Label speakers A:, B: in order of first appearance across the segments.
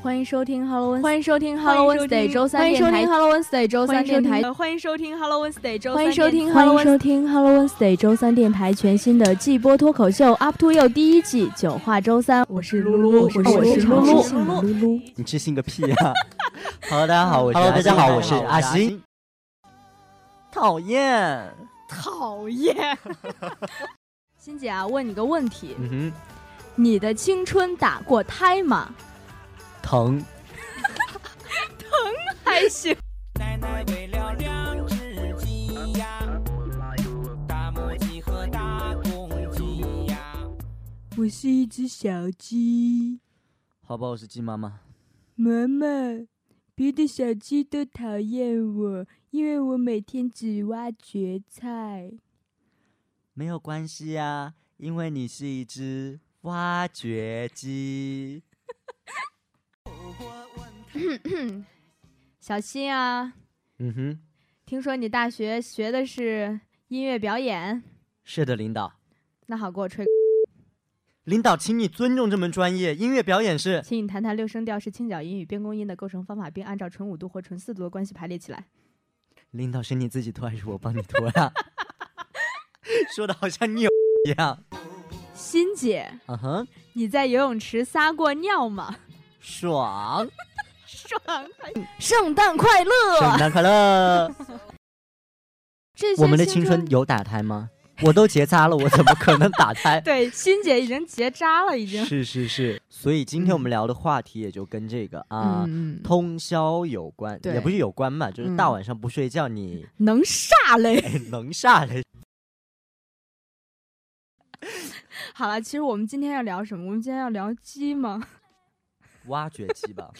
A: 欢迎收听 Hello Wednesday，
B: 欢迎收听
A: Hello
B: Hello
A: Wednesday
B: Wednesday 周
A: 周
B: 三
A: 三
B: 电
A: 电
B: 台
A: 台，欢
B: Hello Wednesday 周
A: 迎收听
B: 电台，欢迎收听 Hello Wednesday 周
A: 欢迎收听
B: 欢迎
A: Hello
B: 收听 Hello Wednesday 周三电台全新的季播脱口秀 Up to You 第一季九话周三，我是
C: 露
A: 哦
C: 露
B: 我是
C: 我是
B: 露
C: 露
B: 露
C: 露
B: 露露，
D: 你去信个屁呀、Hello，大家 好，我是
C: Hello，
D: 阿星
C: 大家好我是阿星。
D: 讨厌，
B: 讨厌。欣姐啊，问你个问题，
D: 嗯
B: 你的青春打过胎吗？
D: 哼，疼。
B: 还行，
E: 奶奶喂了两只鸡呀，大母鸡和大公鸡呀。
B: 我是一只小鸡，
D: 好吧，我是鸡妈妈。
B: 妈妈，别的小鸡都讨厌我，因为我每天只挖蕨菜。
D: 没有关系呀、因为你是一只挖掘机。
B: 小新啊，
D: 嗯哼，
B: 听说你大学学的是音乐表演，
D: 是的，领导，
B: 那好，给我吹，
D: 领导，请你尊重这门专业，音乐表演是
B: 请你谈谈六声调是清角音与变宫音的构成方法，并按照纯五度或纯四度的关系排列起来。
D: 领导是你自己拖还是我帮你拖 呀、说的好像你有一样。
B: 欣姐，
D: 嗯哼，
B: 你在游泳池撒过尿吗？
D: 爽，
B: 爽，圣诞快乐！
D: 圣诞快乐。
B: 这些？
D: 我们的青春有打胎吗？我都结扎了，我怎么可能打胎
B: 对，欣姐已经结扎了，已经。
D: 是是是，所以今天我们聊的话题也就跟这个啊、
B: 嗯，
D: 通宵有关，
B: 对
D: 也不是有关吧，就是大
B: 嗯
D: 晚上不睡觉你，
B: 能煞嘞！
D: 哎能下来？
B: 好了，其实我们今天要聊什么？我们今天要聊鸡吗？
D: 挖掘机吧。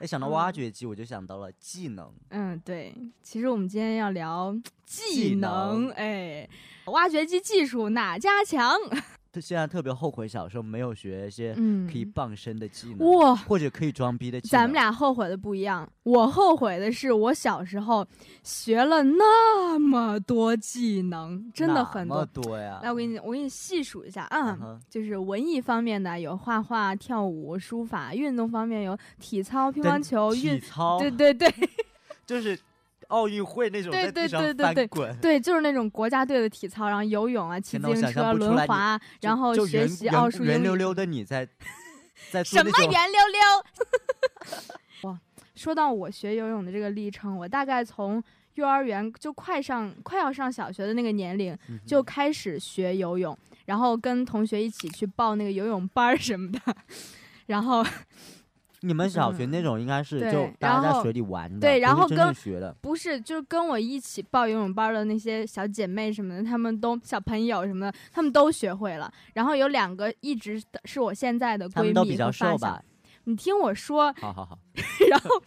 D: 哎，想到
B: 嗯
D: 挖掘机，我就想到了技能。
B: 嗯，对，其实我们今天要聊技
D: 技
B: 能，
D: 能
B: 哎，挖掘机技术哪家强？
D: 特现在特别后悔小时候没有学一些
B: 嗯
D: 可以傍身的技能，
B: 哇，
D: 或者可以装逼的技能。
B: 咱们俩后悔的不一样。我后悔的是，我小时候学了那么多技能，真的
D: 哪
B: 很
D: 么
B: 多。哎
D: 多呀。
B: 来，我给你，我给你细数一下啊
D: 嗯，哼
B: 就是文艺方面的有画画、跳舞、书法；运动方面有体操、乒乓
D: 跟
B: 球、
D: 体
B: 运，
D: 操，
B: 对对对
D: 就是奥运会那种
B: 对
D: 在
B: 对
D: 地上
B: 对对
D: 翻
B: 对
D: 滚。
B: 对，就是那种国家队的体操，然后游泳啊、骑
D: 天
B: 自
D: 呐我
B: 行
D: 想象
B: 车、
D: 不出
B: 轮
D: 来你
B: 滑啊，然
D: 就
B: 后
D: 就
B: 学
D: 圆
B: 习
D: 圆
B: 奥数、
D: 圆
B: 英
D: 溜
B: 语
D: 溜的你在在做
B: 什
D: 那
B: 么
D: 种
B: 圆溜溜？ 哇，说到我学游泳的这个历程，我大概从幼儿园就快上快要上小学的那个年龄
D: 嗯哼
B: 就开始学游泳，然后跟同学一起去报那个游泳班儿什么的， 然后
D: 你们小学那种应该是
B: 嗯对
D: 就大
B: 然
D: 家
B: 后
D: 在水里玩的，
B: 对
D: 不是
B: 然后
D: 真正
B: 跟
D: 学的，
B: 不是，就是跟我一起报游泳班的那些小姐妹什么的，她们都小朋友什么的，她们都学会了。然后有两个一直是我现在的
D: 他
B: 闺
D: 们
B: 蜜
D: 都比较
B: 和发小
D: 瘦吧？
B: 你听我说，
D: 好好好，
B: 然后，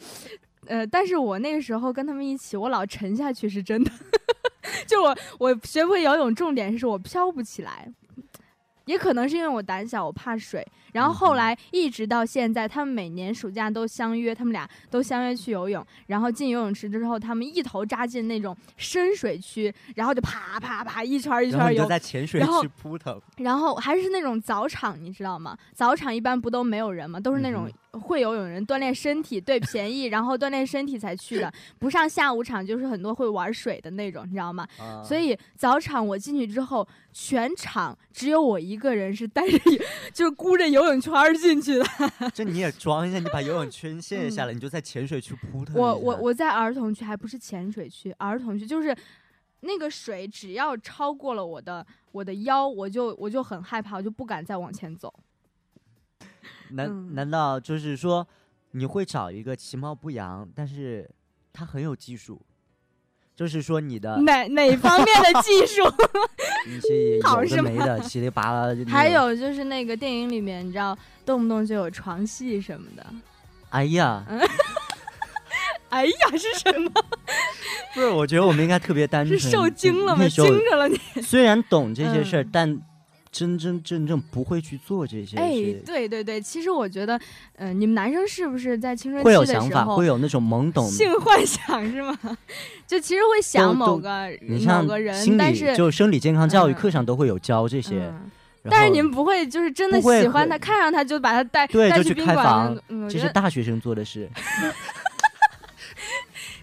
B: 呃，但是我那个时候跟他们一起，我老沉下去是真的， 就我我学不会游泳，重点是我飘不起来，也可能是因为我胆小，我怕水。然后
D: 嗯
B: 后来一直到现在，他们每年暑假都相约，他们俩都相约去游泳，然后进游泳池之后，他们一头扎进那种深水区，然后就啪啪啪一圈儿一圈
D: 然后
B: 儿
D: 你
B: 游
D: 就，在浅水
B: 然后
D: 区扑腾，
B: 然后还是那种早场，你知道吗？早场一般不都没有人吗？都是那种会游泳人锻炼身体，对便宜，然后锻炼身体才去的。不上下午场就是很多会玩水的那种，你知道吗？
D: 啊
B: 所以早场我进去之后，全场只有我一个人是带着一， 就是箍着游泳圈儿进去的。
D: 这你也装一下，你把游泳 圈卸下来，你就在浅水区扑腾一
B: 嗯
D: 下。
B: 我我我在儿童区，还不是浅水区，儿童区就是那个水只要超过了我的我的腰，我就我就很害怕，我就不敢再往前走。嗯
D: 难难道就是说你会找一个其貌不扬，但是他很有技术，就是说你的
B: 哪哪方面的技术？
D: 一些
B: 好
D: 有
B: 是
D: 的没的，稀里巴啦的那种。
B: 还有就是那个电影里面，你知道，动不动就有床戏什么的。
D: 哎呀，
B: 嗯哎呀，是什么？
D: 不是，我觉得我们应该特别单
B: 是
D: 纯。
B: 受惊了吗？
D: 那时
B: 惊
D: 候
B: 着了你？
D: 虽然懂这些
B: 嗯
D: 事儿，但真真正正不会去做这些
B: 哎
D: 事，，
B: 对对对，其实我觉得，嗯、你们男生是不是在青春期
D: 会有
B: 的
D: 想
B: 时
D: 法，
B: 候
D: 会有那种懵懂。
B: 性幻想是吗？就其实会想
D: 都
B: 某
D: 都
B: 个
D: 你
B: 某
D: 像
B: 个人，
D: 心
B: 但
D: 理
B: 是
D: 就生理健康教育
B: 嗯
D: 课上都会有教这些，
B: 嗯
D: 然
B: 但是
D: 后
B: 您不会就是真的
D: 不会
B: 喜欢
D: 会
B: 他，看上他就把他带
D: 对
B: 带
D: 就
B: 去
D: 去
B: 宾
D: 开
B: 馆那
D: 房
B: 种。嗯，我
D: 这
B: 觉
D: 是
B: 得
D: 大学生做的事。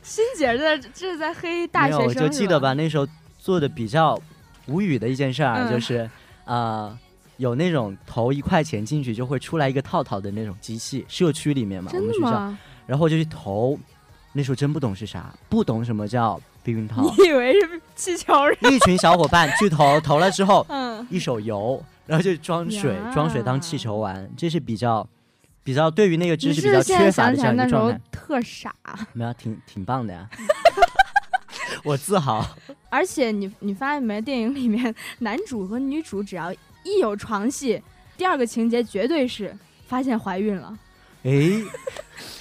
B: 欣姐这这是在黑大
D: 没有，
B: 学
D: 我
B: 生，
D: 就记得？吧，那时候做的比较无语的一件事儿、啊
B: 嗯
D: 就是，呃，有那种投一块钱进去就会出来一个套套的那种机器，社区里面嘛，我
B: 真
D: 们
B: 的
D: 学校，
B: 吗？
D: 然后我就去投，那时候真不懂是啥，不懂什么叫避孕套，
B: 你以为是气球 人？
D: 一群小伙伴去投，投了之后
B: 嗯，
D: 一手油，然后就装水，装水当气球玩，这是比较。比较对于那个知
B: 你
D: 识
B: 是
D: 比较
B: 现在
D: 缺乏
B: 想
D: 的
B: 起
D: 这
B: 来
D: 样一
B: 那
D: 个
B: 时候
D: 状态，
B: 特傻，
D: 没有，挺挺棒 的呀，我自豪。
B: 而且你你发现没，电影里面男主和女主只要一有床戏，第二个情节绝对是发现怀孕了，
D: 诶，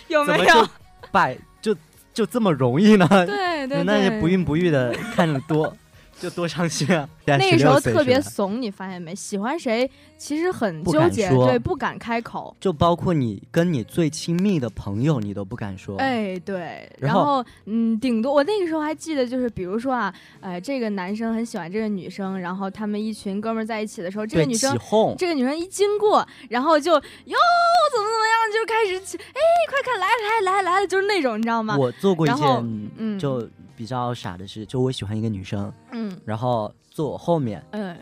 B: 有
D: 怎
B: 没
D: 么
B: 有
D: 就？摆就就这么容易呢？
B: 对对对，
D: 那些不孕不育的看着 多，就多伤心啊！
B: 那个时候
D: 16岁
B: 特
D: 是
B: 别
D: 吧
B: 怂，你发现没？喜欢谁其实很
D: 不
B: 纠
D: 敢
B: 结，
D: 说
B: 对，不敢开口。
D: 就包括你跟你最亲密的朋友，你都不敢说。
B: 哎，对，然
D: 然
B: 后嗯，顶多我那个时候还记得，就是比如说啊，呃，这个男生很喜欢这个女生，然后他们一群哥们儿在一起的时候，这
D: 对，
B: 个女
D: 起
B: 生
D: 哄，
B: 这个女生一经过，然后就哟怎么怎么样，就开始起哎，快看来来来来了，就是那种你知道吗？
D: 我做过一
B: 然后嗯
D: 件就比较傻的事，就我喜欢一个女生，
B: 嗯
D: 然后坐我后面，
B: 嗯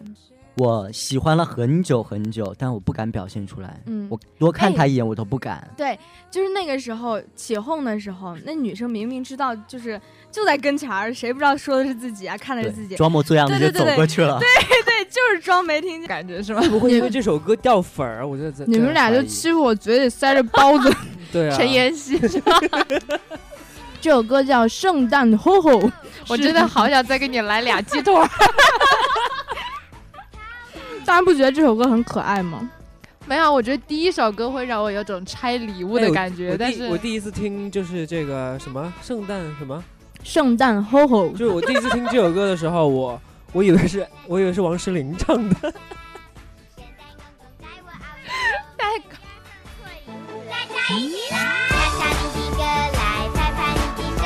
D: 我喜欢了很久很久，但我不敢表现出来，
B: 嗯，
D: 我多看
B: 哎
D: 她一眼我都不敢。
B: 对，就是那个时候起哄的时候，那女生明明知道就是就在跟前儿，谁不知道说的是自己啊，看的是自己
D: 对，，装模作样的
B: 对
D: 就
B: 对
D: 走
B: 对
D: 过去了。
B: 对，就是装没 听见，感觉是吧？
A: 会不会因为这首歌掉粉儿？我觉得
C: 你们俩就
A: 去
C: 欺负我嘴里塞着包子，
A: 对啊，
C: 陈妍希。 这首歌叫《圣诞吼吼》，我真的好想再给你来俩鸡腿儿。
B: 大家不觉得这首歌很可爱吗？
C: 没有，我觉得第一首歌会让我有种拆礼物
A: 哎
C: 的
A: 我
C: 感觉，
A: 我
C: 但
A: 第
C: 是
A: 我第一次听就是这个什么圣诞什么，
B: 圣诞吼吼
A: 就，是我第一次听这首歌的时候，我我以为是我以为是王诗龄唱的。
C: 太
F: 嘎嘎一起来，嘎嘎你的歌来，拍拍你的手，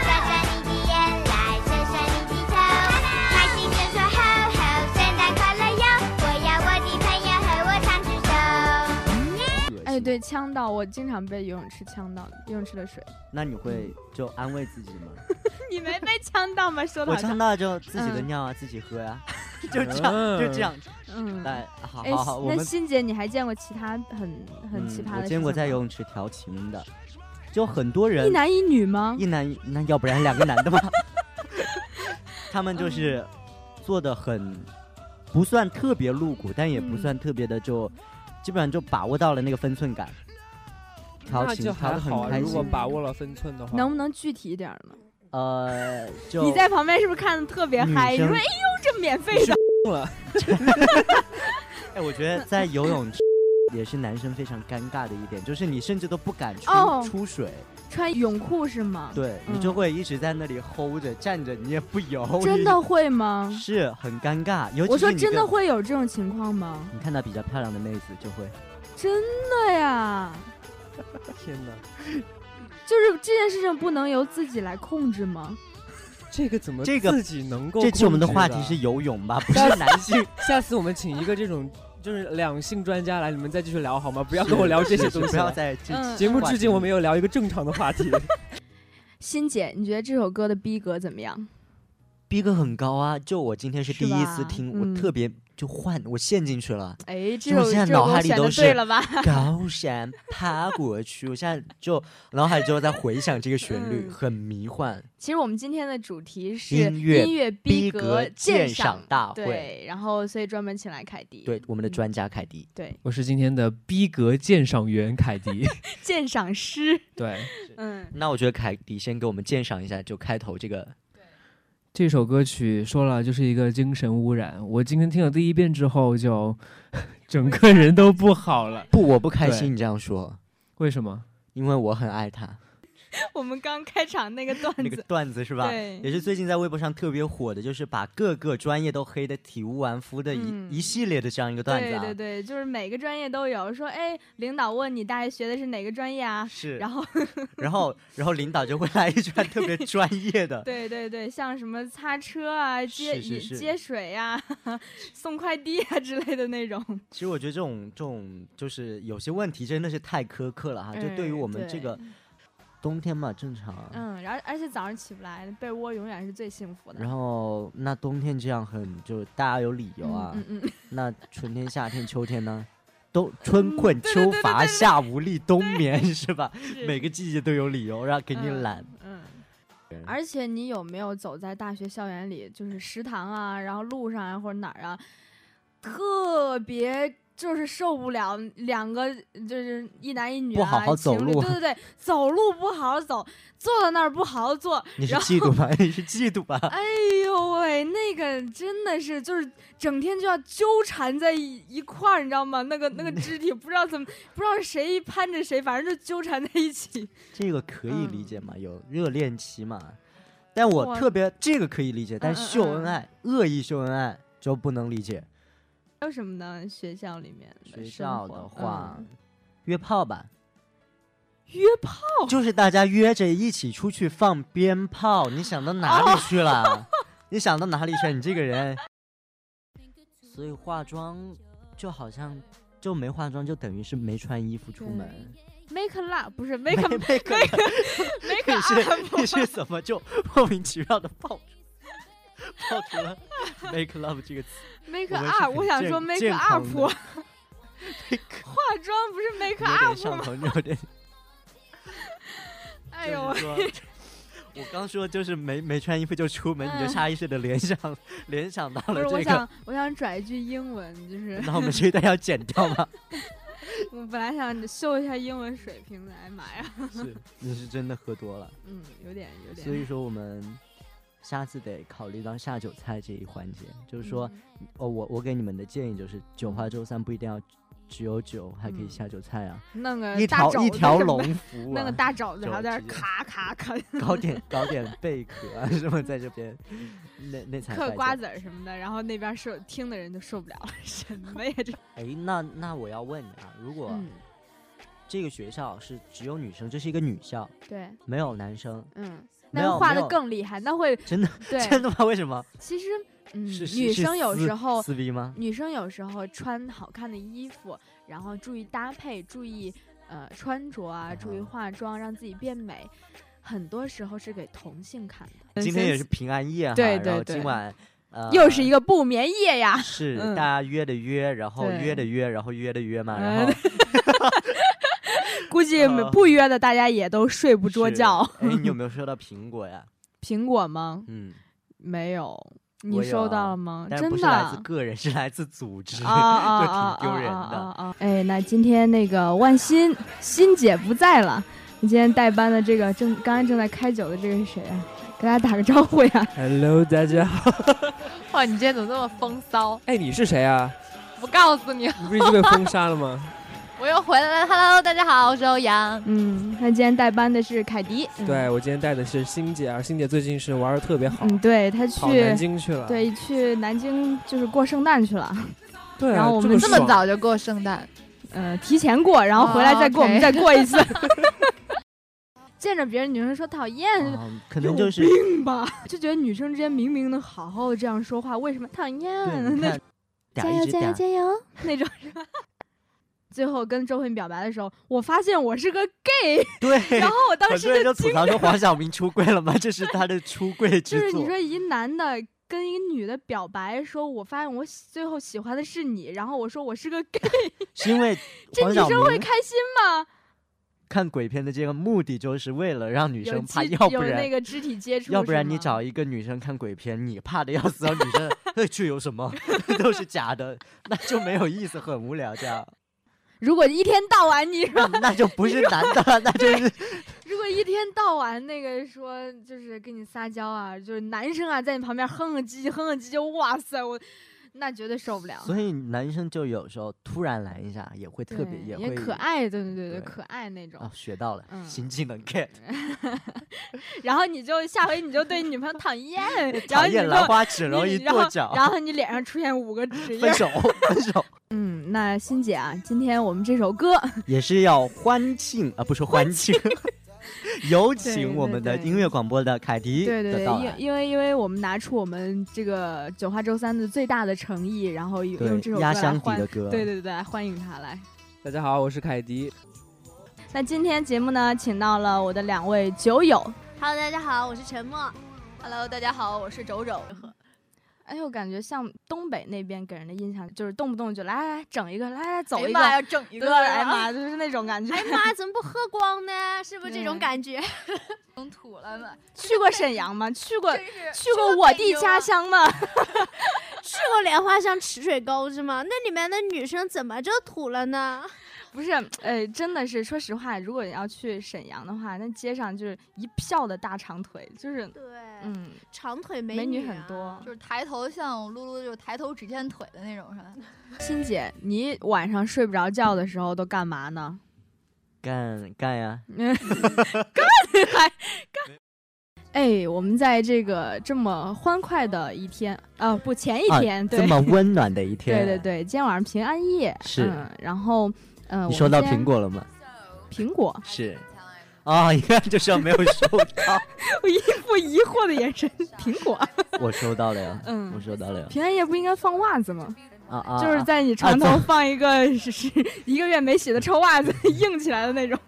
F: 眨眨你的眼来，伸伸你的头，开心就说吼吼，圣诞快乐哟！我要我的朋友和我唱支首。
B: 哎，对，呛到我，经常被游泳池呛到，游泳池的水。
D: 那你会就安慰自己吗？
B: 你没被呛到吗？说
D: 我
B: 的像
D: 呛到就自己的
B: 嗯
D: 尿啊，自己喝呀、 就这样，就这样。
B: 嗯。
D: 来，好
B: 哎
D: 好好，，我
B: 那
D: 们
B: 欣姐，你还见过其他很很
D: 嗯
B: 奇葩的？
D: 我见过在游。泳池调情的，就很多人
B: 一男一女吗？
D: 一男一那要不然两个男 的吗？他们就是
B: 嗯
D: 做的很不算特别露骨，但也不
B: 嗯
D: 算特别的就，基本上就把握到了那个分寸感。调
A: 那
D: 情
A: 就
D: 调
A: 还
D: 的
A: 好
D: 很
A: 啊，
D: 开
A: 如果
D: 心，
A: 把握了分寸的话，
B: 能不能具体一点儿呢？
D: 呃，就
B: 你在旁边是不是看的特别
D: 女
B: 嗨？你说
D: 生
B: 哎呦，这免费的，
A: 了。
D: 哎，我 觉得在游泳池 也是男生非常尴尬的一点，就是你甚至都不敢出、
B: 哦嗯
D: 出水，
B: 穿泳裤是吗？
D: 对你就会一直在那里 hold 着站着，你也不游，
B: 真
D: 你
B: 的会吗？
D: 是很尴尬。尤其
B: 我说
D: 是你
B: 真的
D: 跟，
B: 会有这种情况吗？
D: 你看到比较漂亮的妹子就会，
B: 真的呀，
A: 天哪，
B: 就是这件事情不能由自己来控制吗？
A: 这个怎么
D: 这个
A: 自己能够？啊
D: 这期我们的话题是，游泳 吧，不是 男性。
A: 下次我们请一个这种就是两性专家来，你们再继续聊好吗？不要跟我聊这些
D: 是
A: 东西了。
D: 不要在这
B: 嗯
A: 节目至今我们
D: 有
A: 有聊一个正常的话题。
B: 欣姐，你觉得这首歌的逼格怎么样？
D: 逼格很高啊，就我今天是
B: 是
D: 第一次
B: 吧
D: 听，
B: 嗯
D: 我特别就换，我陷进去了，
B: 哎，这
D: 就
B: 首
D: 我现在
B: 这首
D: 脑
B: 歌
D: 海里
B: 选的
D: 都是
B: 对了吧？
D: 高山爬过去，我现在就脑海就在回想这个旋律，
B: 嗯
D: 很迷幻。
B: 其实我们今天的主题是
D: 音乐
B: 音乐
D: 逼
B: 格
D: 格
B: 鉴
D: 鉴赏大会
B: 对，嗯然后所以专门请来凯迪，
D: 对，我们的专家凯迪，
B: 对
A: 我是今天的逼格鉴赏员凯 迪，
B: 鉴赏师，
A: 对。
B: 嗯，
D: 那我觉得凯迪先给我们鉴赏一下，就开头这个
A: 这首歌曲说了就是一个精神污染。我今天听了第一遍之后就，整个人都 不好了。
D: 不，我不开
A: 对
D: 心。你这样说，
A: 为什么？
D: 因为我很爱他。
B: 我们刚开场那个段
D: 那个
B: 子，
D: 段子是吧？也
B: 对，
D: 是最近在微博上特别火的，就是把各个专业都黑的体无完肤的一、
C: 嗯
D: 一系列的这样一个段子
B: 对
D: 啊，
B: 对对，就是每个专业都有。说，哎，领导问你大学学的是哪个专业 啊？
D: 是，
B: 然后，
D: 然后然后领导就会 来一串特别专业的，
B: 对对对，像什么擦车啊、接
D: 是是
B: 饮
D: 是
B: 接水呀、 送快递啊之类的那种。
D: 其实我觉得这种这种就是有些问题真的是太苛刻了哈，就对于
C: 嗯
D: 我们这
B: 对
D: 个冬天嘛正常，
B: 嗯，然后而且早上起不来，被窝永远是最幸福的。
D: 然后那冬天这样很就大家有理由啊，
B: 嗯嗯嗯，
D: 那春天、夏天、秋天呢？都春困秋乏夏无力冬眠 是吧？每个季节都有理由让给你
B: 嗯
D: 懒。
B: 嗯。
D: 对
B: 而且你有没有走在大学校园里，就是食堂啊，然后路上啊，或者哪儿啊，特别就是受不了两个就是一男一女、啊、
D: 不好好走
B: 情侣
D: 路
B: 对对对，走路不好好走，坐到那儿不好好坐，
D: 你是
B: 然后
D: 嫉妒吧？ 你是嫉妒吧？
B: 哎呦喂，那个真的是就是整天就要纠缠在一一块儿，你知道吗？那个 那个肢体不知道怎么，不知道谁攀着谁，反正就纠缠在一起。
D: 这个可以理
B: 嗯
D: 解嘛？有热恋期嘛？但我
B: 我
D: 特别这个可以理解，
B: 嗯
D: 但
B: 嗯
D: 秀恩
B: 嗯
D: 爱、恶意秀恩爱就不能理解。
B: 还有什么呢？学校里面的
D: 学
B: 生
D: 校
B: 活
D: 的
B: 嗯
D: 话，约炮吧，
B: 约炮
D: 就是大家约着一起出去放鞭炮，你想到哪里去
B: 哦
D: 了？ 你想到哪里去了？你这 个人，所以化妆就好像就没化妆，就等于是没穿衣服出门。
B: make love 不是
D: 没
B: make
D: 没可能，
B: make
D: 你
B: up，
D: 是你是怎么就莫名其妙的爆出爆出 了 “make love” 这个词
B: make
D: 我们是
B: up，
D: 很
B: 我想
D: 健
B: 说 make
D: 健
B: up，
D: 康的
B: 化
D: make
B: 妆不是 make
D: 有点
B: up
D: 上
B: 吗？
D: 头，有点。
B: 哎呦
D: 就是说 我刚说就是没没穿衣服就出门，你就
B: 嗯
D: 下意识的联想联想到
B: 不
D: 了
B: 是，我
D: 这个。
B: 想我想转一句英文，就是
D: 那我们这一段要剪掉 吗？
B: 我本来想秀一下英文水平的，哎妈呀，
D: 是，你是真的喝多了，
B: 嗯，有点有点。
D: 所以说我们下次得考虑到下酒菜这一环节，就是说，哦，我我给你们的建议就是，酒话周三不一定要只有酒，还可以
B: 嗯
D: 下酒菜啊，
B: 弄个
D: 一
B: 大
D: 条
B: 肘
D: 一
B: 子
D: 条
B: 什么
D: 龙
B: 的，
D: 服务、
B: 弄个
D: 啊，
B: 大肘子，
D: 肘
B: 然后在那
D: 直接
B: 儿咔咔咔
D: 搞点搞点贝壳啊什么在这边，那那才
B: 嗑
D: 带劲
B: 瓜子儿什么的，然后那边受听的人就受不了了，什么呀这？
D: 哎，那那我要问你啊，如果
C: 嗯，
D: 这个学校是只有女生，这是一个女校，
B: 对，
D: 没有男生，
C: 嗯，
D: 没
B: 那
D: 有
B: 会画
D: 没
B: 的
D: 有
B: 更厉害，那 会
D: 真的真
B: 对，
D: 的吗？为什么？
B: 其实嗯，
D: 是是
B: 女
D: 是
B: 生有
D: 撕
B: 时候
D: 撕逼吗？
B: 女生有时候穿好看的衣服，然后注意搭配，注意呃穿着啊，注意
D: 嗯
B: 化妆，让自己变美，很多时候是给同性看的。
D: 今天也是平安夜哈，
B: 嗯对
D: 然
B: 对
D: 后今
B: 对
D: 晚呃
B: 又是一个不眠夜 呀，
D: 是
B: 嗯
D: 大家约的约，然后
B: 对
D: 约的约，然后约的约嘛，
B: 嗯
D: 然后
B: 估计
D: 呃
B: 不约的大家也都睡不着
D: 是
B: 觉。
D: 哎，你有没有收到苹果呀？
B: 苹果吗？
D: 嗯，
B: 没有，
D: 我
B: 你
D: 有
B: 收
D: 啊
B: 到了吗？
D: 但是
B: 真
D: 不是
B: 的
D: 来自
B: 啊。
D: 个人，是来自组织。
B: 啊啊
D: 就挺
B: 啊
D: 丢人的
B: 啊啊啊啊哎，那今天那个万欣欣姐不在了，你今天代班的这个正刚刚正在开酒的这个是谁啊？给大家打个招呼呀！
A: Hello，大家好。
C: 哇，你今天怎么这么风骚？
A: 哎，你是谁啊？
C: 不告诉你，
A: 你不是已经被封杀了吗？
C: 我又回来了。Hello，大家好，我是欧阳。
B: 嗯，那今天代班的是凯迪。 嗯
A: 对，，我今天带的是欣姐，而啊欣姐最近是玩的特别好，
B: 嗯，对他
A: 跑南
B: 去，
A: 京去了。
B: 对，去南京就是过圣诞去了，
A: 对啊，
B: 然后我们
A: 么
C: 这么
A: 爽，
C: 早就过圣诞，
B: 呃，提前过，然后回来再过，
C: 哦
B: 我们
C: OK
B: 再过一 次。见着别人女生说讨厌
D: 啊可能就是
C: 嗯
B: 吧， 就觉得女生之间明明能好好的这样说话，为什么讨
D: 对，
B: 厌？
D: 你
B: 那
D: 看，嗲一直嗲，
B: 油 那种是吧？最后跟周慧敏表白的时候，我发现我是个 gay，
D: 对
B: 然。后我当
D: 很
B: 时
D: 多人
B: 就
D: 就吐
B: 惊，
D: 槽说黄晓明出柜了吗？这是他的出 柜
B: 就
D: 之
B: 是你
D: 作
B: 说。一男的跟一个女的表白，说我发现我喜最后喜欢的是你，然后我说我是个 gay，
D: 是因为
B: 这
D: 黄
B: 女
D: 晓
B: 生会
D: 明
B: 开心吗？
D: 看鬼片的这个目的，就是为了让女
B: 有
D: 生怕，
B: 肢
D: 要不
B: 有那
D: 然
B: 个肢体接触是吗，
D: 要不然你找一个女生看鬼片，你怕的要死，然后女 生哎这有什么 都是假的，那就没有意思，很无聊这样，
B: 如果一天到晚你
D: 那那就不是男的了，那 就是
B: 如果一天到晚那个说就是跟你撒娇啊，就是男生啊在你旁边哼哼唧唧哼哼唧唧，哇塞我。那绝对受不了。
D: 所以男生就有时候突然来一下，也会特别
B: 对
D: 会
B: 也可爱，对对对
D: 对
B: 对，可爱那种
D: 啊。，学到了，
B: 嗯
D: 新技能 get，，
B: 然后你就下回你就对你女朋友讨厌然后
D: 讨
B: 你就
D: 厌兰花指，容易
B: 你然
D: 跺
B: 后
D: 脚，
B: 然后你脸上出现五个指印
D: 分
B: 儿。
D: 手，分 手，
B: 嗯，那欣姐啊，今天我们这首歌，
D: 也是要欢庆啊，不是欢庆， 有请我们的
B: 对对
D: 音乐广播的凯迪
B: 对对
D: 的
B: 对，
D: 到
B: 因
D: 来，
B: 因为因为我们拿出我们这个九花周三的最大的诚意，然后用用这首
D: 对，
B: 歌
D: 压
B: 来
D: 箱底
B: 欢
D: 的，歌，
B: 对对对，来欢迎她来。
A: 大家好，我是凯迪。
B: 那今天节目呢，请到了我的两位酒友，
F: Hello，大家好，我是陈默。
C: Hello，大家
B: 哦
C: 好，我是周周。
B: 哎呦，感觉像东北那边给人的印象就是动不动就来来来整一个，来来走
C: 哎
B: 一
C: 妈
B: 个，
C: 要整
B: 对
C: 一个
B: 对，
C: 了，啊
B: 哎妈，就是那种感觉。
F: 哎妈，怎么不喝光呢？是不是这种
B: 对
F: 感觉？
C: 整土了嘛，
B: 去过沈阳吗？去过
C: 真是
B: 去过我地家乡吗？
F: 去过莲花乡池水沟是吗？那里面的女生怎么就土了呢？
B: 不是，呃，真的是，说实话，如果你要去沈阳的话，那街上就是一票的大长腿，就是，
F: 对，
G: 哎
B: 嗯，
F: 长腿
G: 啊
F: 美
B: 美
F: 女,、
B: 女很多
H: 就。是抬头像露露，就是抬头只见腿的那种，是吧？
B: 欣姐，你晚上睡不着觉的时候都干嘛呢？
D: 干干呀，
B: 哎，我们在这个这么欢快的一天，啊，不，前一
D: 啊
B: 天，对，
D: 这么温暖的一
B: 对
D: 天，
B: 对对，今天晚上平安夜，
D: 是
B: 嗯，然后，呃，
D: 你收到苹
B: 果，
D: 果了吗？
B: 苹果，
D: 是。啊，一看就像没有收 到，
B: 我一副疑惑的眼 神，苹果，
D: 我收到了呀，我
B: 嗯，
D: 收到了呀，
B: 平安夜不应该放袜子吗？
D: 啊啊，
B: 就是
D: 啊
B: 在你床
D: 啊
B: 头放一个是 是一个月没洗的臭袜子，硬起来的那种。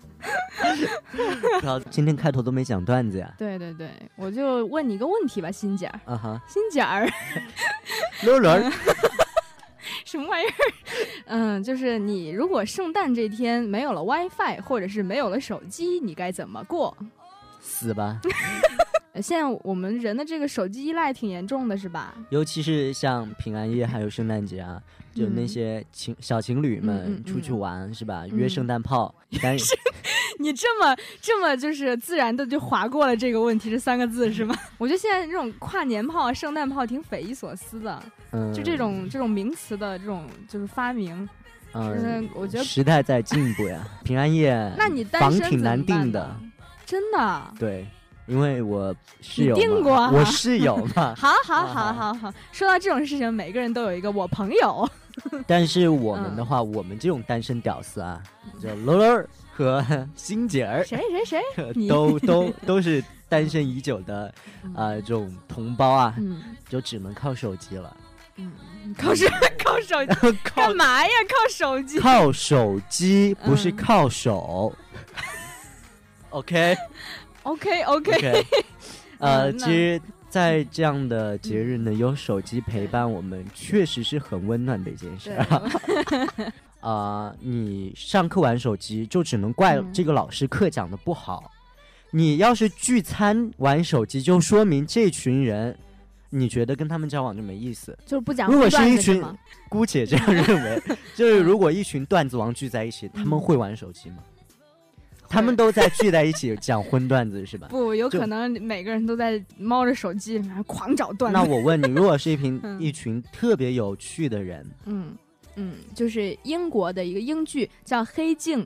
D: 好今天开头都没讲段子呀，
B: 对对对，我就问你一个问题吧，心姐 儿，
D: 啊哈，
B: 心姐儿，
D: 溜轮儿
B: 什么玩意儿？ 嗯，就是你如果圣诞这天没有了 WiFi，或者是没有了手机，你该怎么过？
D: 死吧，
B: 呃现在我们人的这个手机依赖挺严重的，是吧？
D: 尤其是像平安夜还有圣诞节啊，就那
B: 嗯
D: 些情小情侣
B: 嗯
D: 们
B: 嗯
D: 出去玩是吧？
B: 嗯
D: 约圣诞 炮，但是
B: 你这么这么就是自然的就划过了这个问题这三个字是吗？ 我觉得现在这种跨年炮、圣诞炮挺匪夷所思的，
D: 嗯，
B: 就这种这种名词的这种就是发明，
D: 嗯，
B: 我觉得
D: 时代在进 步呀，平安夜
B: 那你单
D: 房
B: 身
D: 挺
B: 怎
D: 难
B: 么办
D: 定
B: 呢
D: 的，
B: 真的啊？
D: 对，因为我室友
B: 你定
D: 嘛
B: 过啊
D: 我室友
B: ，
D: 嘛
B: 好好好好好，说到这种事情，每个人都有一个我朋友，
D: 但是我们的
B: 嗯
D: 话，我们这种单身屌丝啊，就溜溜儿和 欣姐 儿
B: 谁谁谁，你
D: 都 都都是单身已久的啊这种同胞啊，
B: 嗯
D: 就只能靠手机了，
B: 嗯，靠手靠手机
D: 靠
B: 干嘛呀？靠手机，
D: 靠手机，不是
B: 嗯
D: 靠手。OK
B: OK OK，
D: OK，呃，
B: 嗯那
D: 其实，在这样的节日呢，有手机陪伴我们，确实是很温暖的一件事
B: 对
D: 儿。 啊、你上课玩手机，就只能怪
B: 嗯
D: 这个老师课讲的不好。你要是聚餐玩手机，就说明这群人，你觉得跟他们交往就没意思。
B: 就是不讲
D: 如果
B: 段
D: 是一
B: 子是
D: 群
B: 吗？，
D: 姑且这样认 为，就是如果一群段子王聚在一起，他们
B: 嗯
D: 会玩手机吗？他们都在聚在一起讲荤段子是吧？
B: 不，有
D: 就
B: 可能每个人都在猫着手机里面狂找段
D: 那
B: 子。
D: 我问你，如果是一群
B: 嗯
D: 一群特别有趣的人，
B: 嗯嗯，就是英国的一个英剧叫《黑镜》，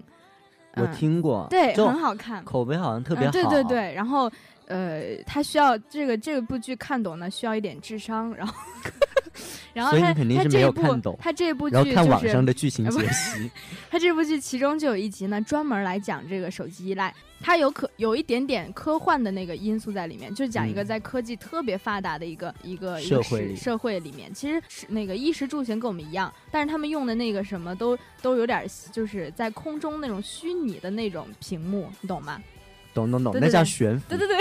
D: 我
B: 嗯
D: 听过，
B: 对，
D: 就
B: 很好看，
D: 口碑好像特别
B: 嗯
D: 好，
B: 对对，对，然后呃，他需要这个这部剧看懂呢，需要一点智商，然后 然后
D: 所以
B: 他
D: 你肯定
B: 他
D: 是
B: 这
D: 没
B: 一
D: 有
B: 部
D: 看懂
B: 他这部剧
D: 然后看
B: 就
D: 网上
B: 是
D: 的剧 情
B: 哎不
D: 解析，
B: 他这部剧其中就有一集呢，专门来讲这个手机依赖。它有可有一点点科幻的那个因素在里面，就是讲一个
D: 嗯
B: 在科技特别发达的一个、一个一
D: 社
B: 个
D: 会里
B: 时社会里面，其实是那个衣食住行跟我们一样，但是他们用的那个什么都都有点就是在空中那种虚拟的那种屏幕，你懂吗？
D: 懂懂懂，
B: 对
D: 那
B: 对
D: 叫
B: 对
D: 悬浮
B: 对，对对，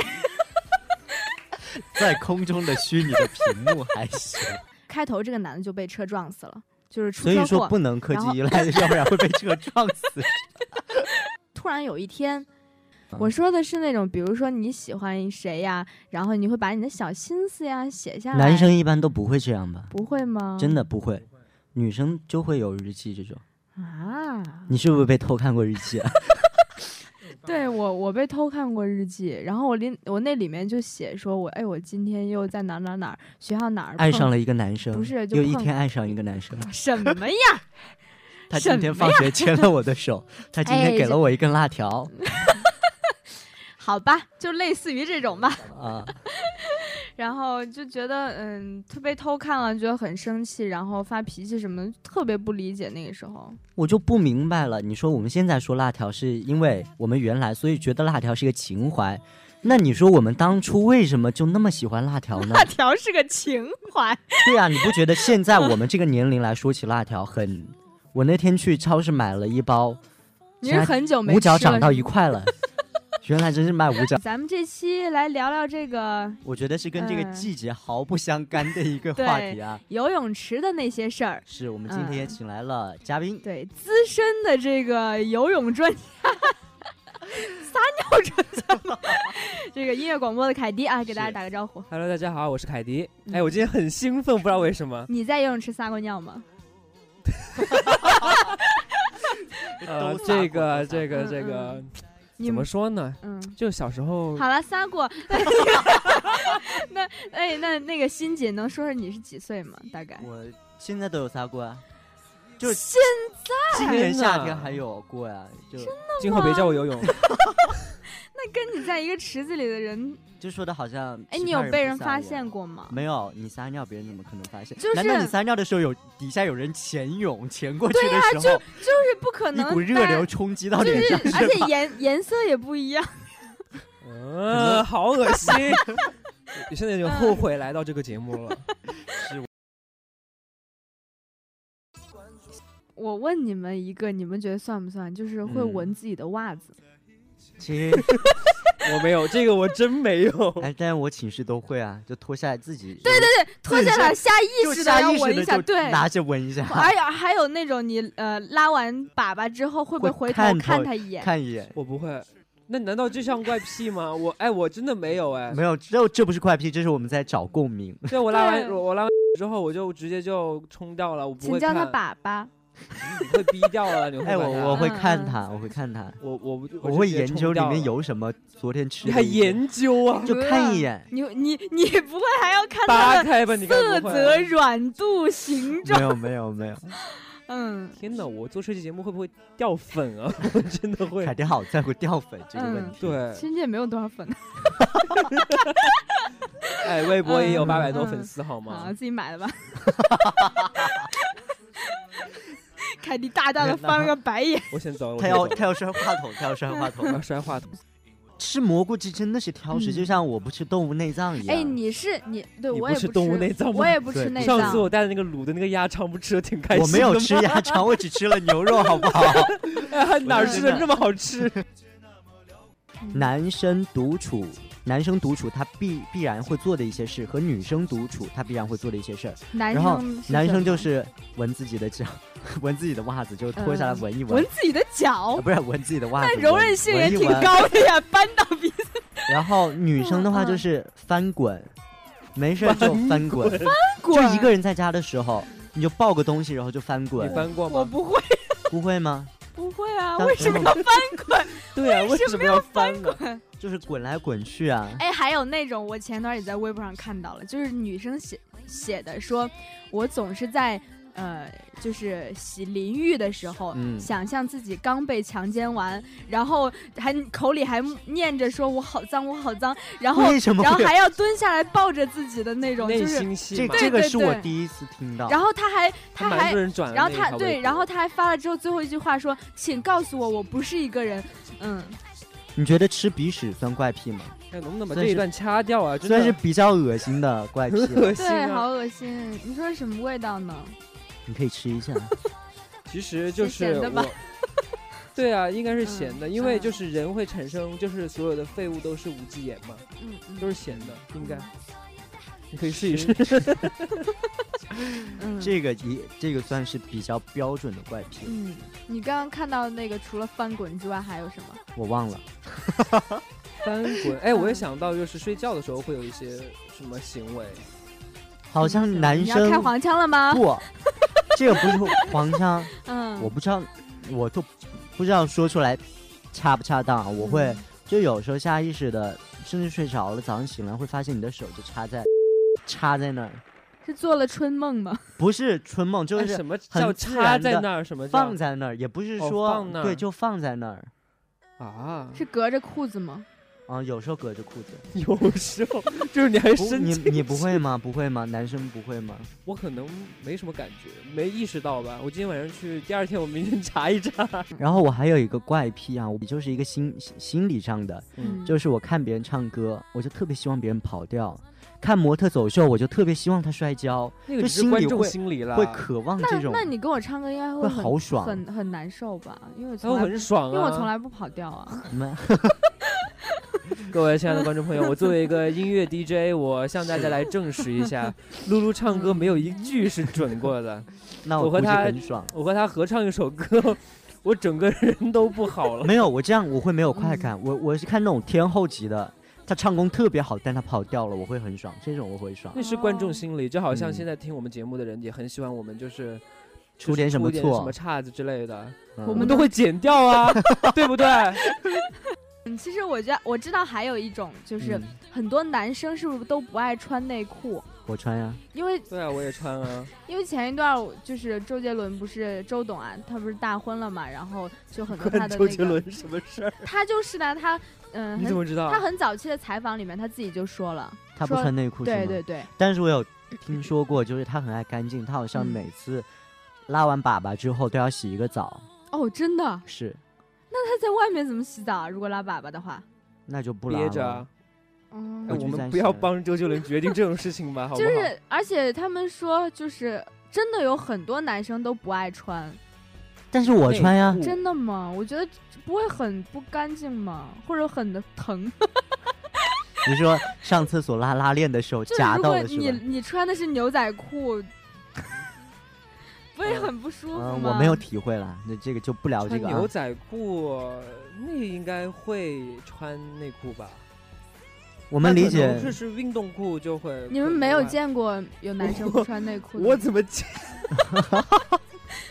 D: 在空中的虚拟的屏幕还 行，
B: 开头这个男的就被车撞死了，就是出
D: 所以
B: 车
D: 说
B: 祸
D: 不。能科
B: 然后
D: 技依赖， 要不然会被车撞死。
B: 突然有一天，
D: 嗯
B: 我说的是那种，比如说你喜欢谁呀，然后你会把你的小心思呀写下来。
D: 男生一般都不会这样吧？
B: 不会吗？
D: 真的不会，女生就会有日记这种。
B: 啊？
D: 你是不是被偷看过日记啊？
B: 对我我我被偷看过日记，然后我里我那里面就写说我哎，我今天又在哪儿哪儿哪儿学校哪儿
D: 爱
B: 碰
D: 上了一个男生，
B: 不是就
D: 又一
B: 碰
D: 天爱上一个男生。
B: 什么呀？
D: 他
B: 什
D: 今天放学牵了我的手，他今天
B: 哎
D: 给
B: 这
D: 了我一根辣条
B: 好吧，就类似于这种吧。
D: 啊。
B: 然后就觉得嗯，特别偷看了，觉得很生气，然后发脾气什么的，特别不理解那个时候。
D: 我就不明白了，你说我们现在说辣条，是因为我们原来所以觉得辣条是一个情怀，那你说我们当初为什么就那么喜欢辣条呢？
B: 辣条是个情怀，
D: 对啊，你不觉得现在我们这个年龄来说起辣条很？我那天去超市买了一包，
B: 你是很久没
D: 五角
B: 吃了
D: 涨到
B: 是
D: 一 块了，原来真是卖五角
B: 吗。咱们这期来聊聊这个
D: 我觉得是跟这个
B: 嗯
D: 季节毫不相干的一个话题啊。
B: 游泳池的那些事儿。
D: 是我们今天也请来了嘉宾，
B: 对，资深的这个游泳专家，撒尿专家吗， 这个音乐广播的凯迪啊，给大家
D: 是
B: 打个招呼。
I: Hello，大家好，我是凯迪。
B: 嗯
I: 哎，我今天很兴奋，不知道为 什么。
B: 你在游泳池撒过尿吗？
I: 呃
A: 呃
D: 都，撒
I: 这
D: 过都
I: 个
D: 撒
I: 这个
B: 嗯
I: 这个
B: 嗯你
I: 怎么说呢？
B: 嗯，
I: 就小时候，
B: 好了，撒过。 那哎，那那个欣姐能说说你是几岁吗？大概
D: 我现在都有撒过啊，就
B: 现
D: 今
I: 天
D: 年夏
I: 呐
D: 天还有过呀、就
I: 今后别教我游泳。
B: 那跟你在一个池子里的人，
D: 就说的好像
B: 哎，
D: 其
B: 你
D: 他
B: 有被人
D: 不
B: 发
D: 撒
B: 现
D: 我？
B: 过吗？
D: 没有，你撒尿别人怎么可能发现？
B: 就是
D: 难道你撒尿的时候有底下有人潜泳潜过去的时候，
B: 啊就是不可能，
D: 一股热流冲击到
B: 大家，就
D: 脸
B: 是
D: 上是吧？
B: 而 且颜颜色也不一样。
I: 嗯，好恶 心。我现在就后悔来到这个节目了。
B: 我问你们一个，你们觉得算不算？就是会
D: 嗯
B: 闻自己的袜子。
D: 其
I: 我没有这个，我真没有。
D: 哎，但我寝室都会啊，就脱下来自己
B: 对对对，脱下来下意
D: 就
B: 识的
D: 下
B: 要
D: 意识
B: 闻一
D: 的
B: 下，
D: 就
B: 对。
D: 拿着闻一下，
B: 还有还有那种你呃拉完粑粑之后会不会
D: 会
B: 回头
D: 看
B: 看
D: 头
B: 他一眼？
D: 看一眼。
I: 我不会。那难道这像怪癖吗？我哎，我真的没有哎。
D: 没有，这这不是怪癖，这是我们在找共鸣。
I: 对，我拉完
B: 对
I: 我我拉完之后，我就直接就冲掉了，我不
B: 请
I: 会
B: 叫他
I: 看。
B: 粑粑。
I: 你会逼掉了，你会
D: 哎，
I: 把
D: 我
I: 它
D: 我会
B: 嗯
D: 看
B: 嗯
D: 他，我会看他，
I: 我我不
D: 我
I: 就
D: 会
I: 直接
D: 研
I: 冲
D: 究里
I: 掉
D: 面
I: 了。
D: 有什么昨天吃
I: 你
D: 的
I: 还
D: 一些，
I: 研究啊？
D: 就看 一眼。
B: 你你你不会还要看
I: 扒
B: 他的
I: 开吧，你该
B: 色
I: 不会
B: 泽、软度、形
D: 没
B: 状？
D: 有没有没有，
B: 嗯，
I: 天哪，我做设计节目会不会掉粉啊？ 我真的会
D: 凯。迪好在乎掉粉这个问
B: 嗯
D: 题。
I: 对，
B: 其实也没有多少粉啊
I: 哎，微博也有
B: 嗯
I: 八百多
B: 嗯
I: 粉丝，好
B: 啊，
I: 吗？
B: 自己买的 吧。凯迪大大的翻了个白眼。
I: 我先走了，我
D: 他
I: 先
D: 要
I: 走了
D: 他要摔话筒，他要摔话筒
I: 我。要摔话筒。
D: 吃蘑菇这真的是挑
B: 嗯
D: 食，就像我不吃动物内脏一样。
B: 哎， 你是你对
I: 你
B: 我
I: 不
B: 也
I: 吃
B: 不
I: 动物内脏吗
B: 我也不
D: 对
B: 吃内
I: 上次
B: 脏。
I: 我带的那个卤的那个鸭肠，不吃的挺开心
D: 我
I: 的
D: 没有
I: 吗
D: 吃，鸭肠，我只吃了牛肉，好不好？
I: 哎哪儿吃的
D: 嗯
I: 这么好吃？
D: 男生独处，男生独处他必必然会做的一些事，和女生独处他必然会做的一些事儿。
B: 男
D: 然后
B: 生
D: 男
B: 什
D: 生就
B: 么
D: 是闻自己的脚， 闻自己的袜子，就脱下来
B: 嗯
D: 闻一闻
B: 闻，自己的脚
D: 啊，不是闻自己的袜
B: 那
D: 子，
B: 柔
D: 闻
B: 韧性也
D: 闻一
B: 挺
D: 闻
B: 高的 呀，扳到鼻子。
D: 然后女生的话就
B: 嗯
D: 是翻滚，没事儿就翻滚，
B: 滚
D: 就一个人在家的时候，你就抱个东西，然后就翻
I: 你
D: 滚，
I: 翻过
B: 我
I: 吗？
B: 不会，
D: 不会吗？
B: 不会啊，
D: 当
B: 为什么
D: 嗯
B: 要翻滚？
I: 对啊，为什么要翻呢？
D: 就是滚来滚去啊。
B: 哎，还有那种我前段也在微博上看到了，就是女生写写的说，我总是在呃，就是洗淋浴的时候。
D: 嗯，
B: 想象自己刚被强奸完，然后还口里还念着说“我好脏，我好脏”，然后
D: 为什么
B: 然后
D: 会有
B: 还要蹲下来抱着自己的那种，
I: 内
B: 就是，
I: 心戏
D: 这
I: 嘛，
D: 这个
B: 对
D: 是我
B: 对
D: 第一次听到。
B: 然后他还他
I: 还蛮
B: 还
I: 多人转的
B: 然
I: 那
B: 后
I: 一条微
B: 他
I: 博。
B: 对，然后他还发了之后，最后一句话说：“请告诉我，我不是一个人。”嗯，
D: 你觉得吃鼻屎算怪癖吗？
I: 哎能不能把
D: 算
I: 这一
D: 是
I: 段掐掉啊？真
D: 算
I: 的
D: 是比较恶心的怪癖
I: 很恶
D: 了，
I: 心
B: 对，
I: 啊
B: 好！恶心。你说什么味道呢？
D: 你可以吃一下。
I: 其实就是
B: 咸
I: 是
B: 的吧
I: 我，对啊，应该是
B: 嗯
I: 咸的，因为
B: 嗯
I: 就是人会产生，就是所有的废物都是无机盐嘛，
B: 嗯嗯
I: 都是咸的，应该。你可以试一试，
B: 嗯。
D: 这个也这个算是比较标准的怪癖，
B: 嗯，你刚刚看到那个除了翻滚之外还有什么？
D: 我忘了。
I: 翻 滚。哎，我也
B: 嗯
I: 想到，就是睡觉的时候会有一些什么行为，
D: 好像
I: 嗯
D: 男
B: 嗯你要
D: 生
B: 开黄腔了吗？
D: 不， 这个不是黄腔，
B: 嗯，
I: 嗯
D: 我不知道，我就不知道说出来恰不恰当啊。我会就有时候下意识的，甚至睡着了，早上醒来会发现你的手就插在插在那儿，
B: 是做了春梦吗？
D: 不是春梦，就
I: 哎
D: 是
I: 什么
D: 很
I: 叫
D: 自
I: 插
D: 然
I: 在
D: 地
I: 那儿？什么叫
D: 放在那儿，也不是
I: 哦
D: 说、
I: 放那儿
D: 对，就放在那儿。
I: 啊？
B: 是隔着裤子吗？
D: 啊，有时候隔着裤子，
I: 有时候就是你还
D: 不，
I: 生
D: 你
I: 气，
D: 你不会吗？不会吗？男生不会吗？
I: 我可能没什么感觉，没意识到吧？我今天晚上去，第二天我明天查一 查。
D: 然后我还有一个怪癖啊，我就是一个心心理上的，
I: 嗯
D: 就是我看别人唱歌，我就特别希望别人跑调；看模特走秀，我就特别希望他摔跤，
I: 那个
D: 就
I: 只是
D: 心
I: 观
D: 里
I: 众
D: 会
I: 心理了，
D: 会渴望
B: 那
D: 这种，
B: 那你跟我唱歌应该
D: 会
B: 会很
D: 好爽。哎
B: 很很难受吧？因为我
I: 然
B: 从
I: 后
B: 来、
I: 很爽啊。
B: 因为我从来不跑调啊。
D: 你们
I: 各位亲爱的观众朋友，我作为一个音乐 DJ，我 向大家来证实一 下，露露唱歌没有一句是准过的。
D: 那
I: 我
D: 我
I: 和
D: 估计
I: 他
D: 很爽。
I: 我和她合唱一首歌， 我整个人都不好了。
D: 没有，我这样我会没有快
B: 嗯
D: 感。我我是看那种天后级的，他唱功特别好，但他跑调了，我会很爽。这种我会爽。
I: 那是观
B: 哦
I: 众心理，就好像
D: 嗯
I: 现在听我们节目的人也很喜欢我们，就是
D: 出点什
I: 么
D: 么
I: 点
D: 错
I: 什么岔子之类的，
D: 嗯
I: 我们都会剪掉 啊，对不对？
B: 嗯，其实我觉得我知道还有一种就是、
D: 嗯
B: 很多男生是不是都不爱穿内裤？
D: 我穿呀、
B: 因为
I: 对啊，我也穿啊，
B: 因为前一段儿我就是周杰伦不是周董啊，他不是大婚了嘛，然后就很 多他的
I: 周
B: 那
I: 杰
B: 个，
I: 伦什么事儿？
B: 他就是呢，他嗯，
I: 你
B: 很
I: 怎么知道
B: 他？很早期的采访里面他自己就说了，
D: 他不
B: 说
D: 穿内裤是吗？
B: 对对对，
D: 但是我有听说过，就是他很爱干净，他好像
B: 嗯
D: 每次拉完粑粑之后都要洗一个澡，
B: 哦，真的，
D: 是，
B: 那他在外面怎么洗澡啊？如果拉粑粑的话，
D: 那就不拉
I: 憋着
D: 了
I: 啊。。
B: 嗯
I: 哎，
D: 我
I: 我
D: 就
I: 们
D: 在
I: 不要
D: 想
I: 帮周杰伦决定这种事情吧，好不
B: 就
I: 好？
B: 是，而且他们说，就是真的有很多男生都不爱穿，
D: 但是我穿呀
I: 内，裤
B: 真的吗？我觉得不会很不干净吗？或者很疼？
D: 你说上厕所拉拉链的时候
B: 就是
D: 夹
B: 如
D: 到
B: 果
D: 了是
B: 你
D: 吧？
B: 你穿的是牛仔 裤，不会很不舒服吗？
D: 嗯，我没有体会啦，那这个就不聊这
I: 穿
D: 个
I: 牛
D: 啊。
I: 仔裤，那应该会穿内裤吧？
D: 我
I: 我
D: 们理解
I: 这是运动裤就会。
B: 你们
I: 会
B: 没有
I: 不会？
B: 见过有男生不穿内裤的吗？
I: 我怎么见？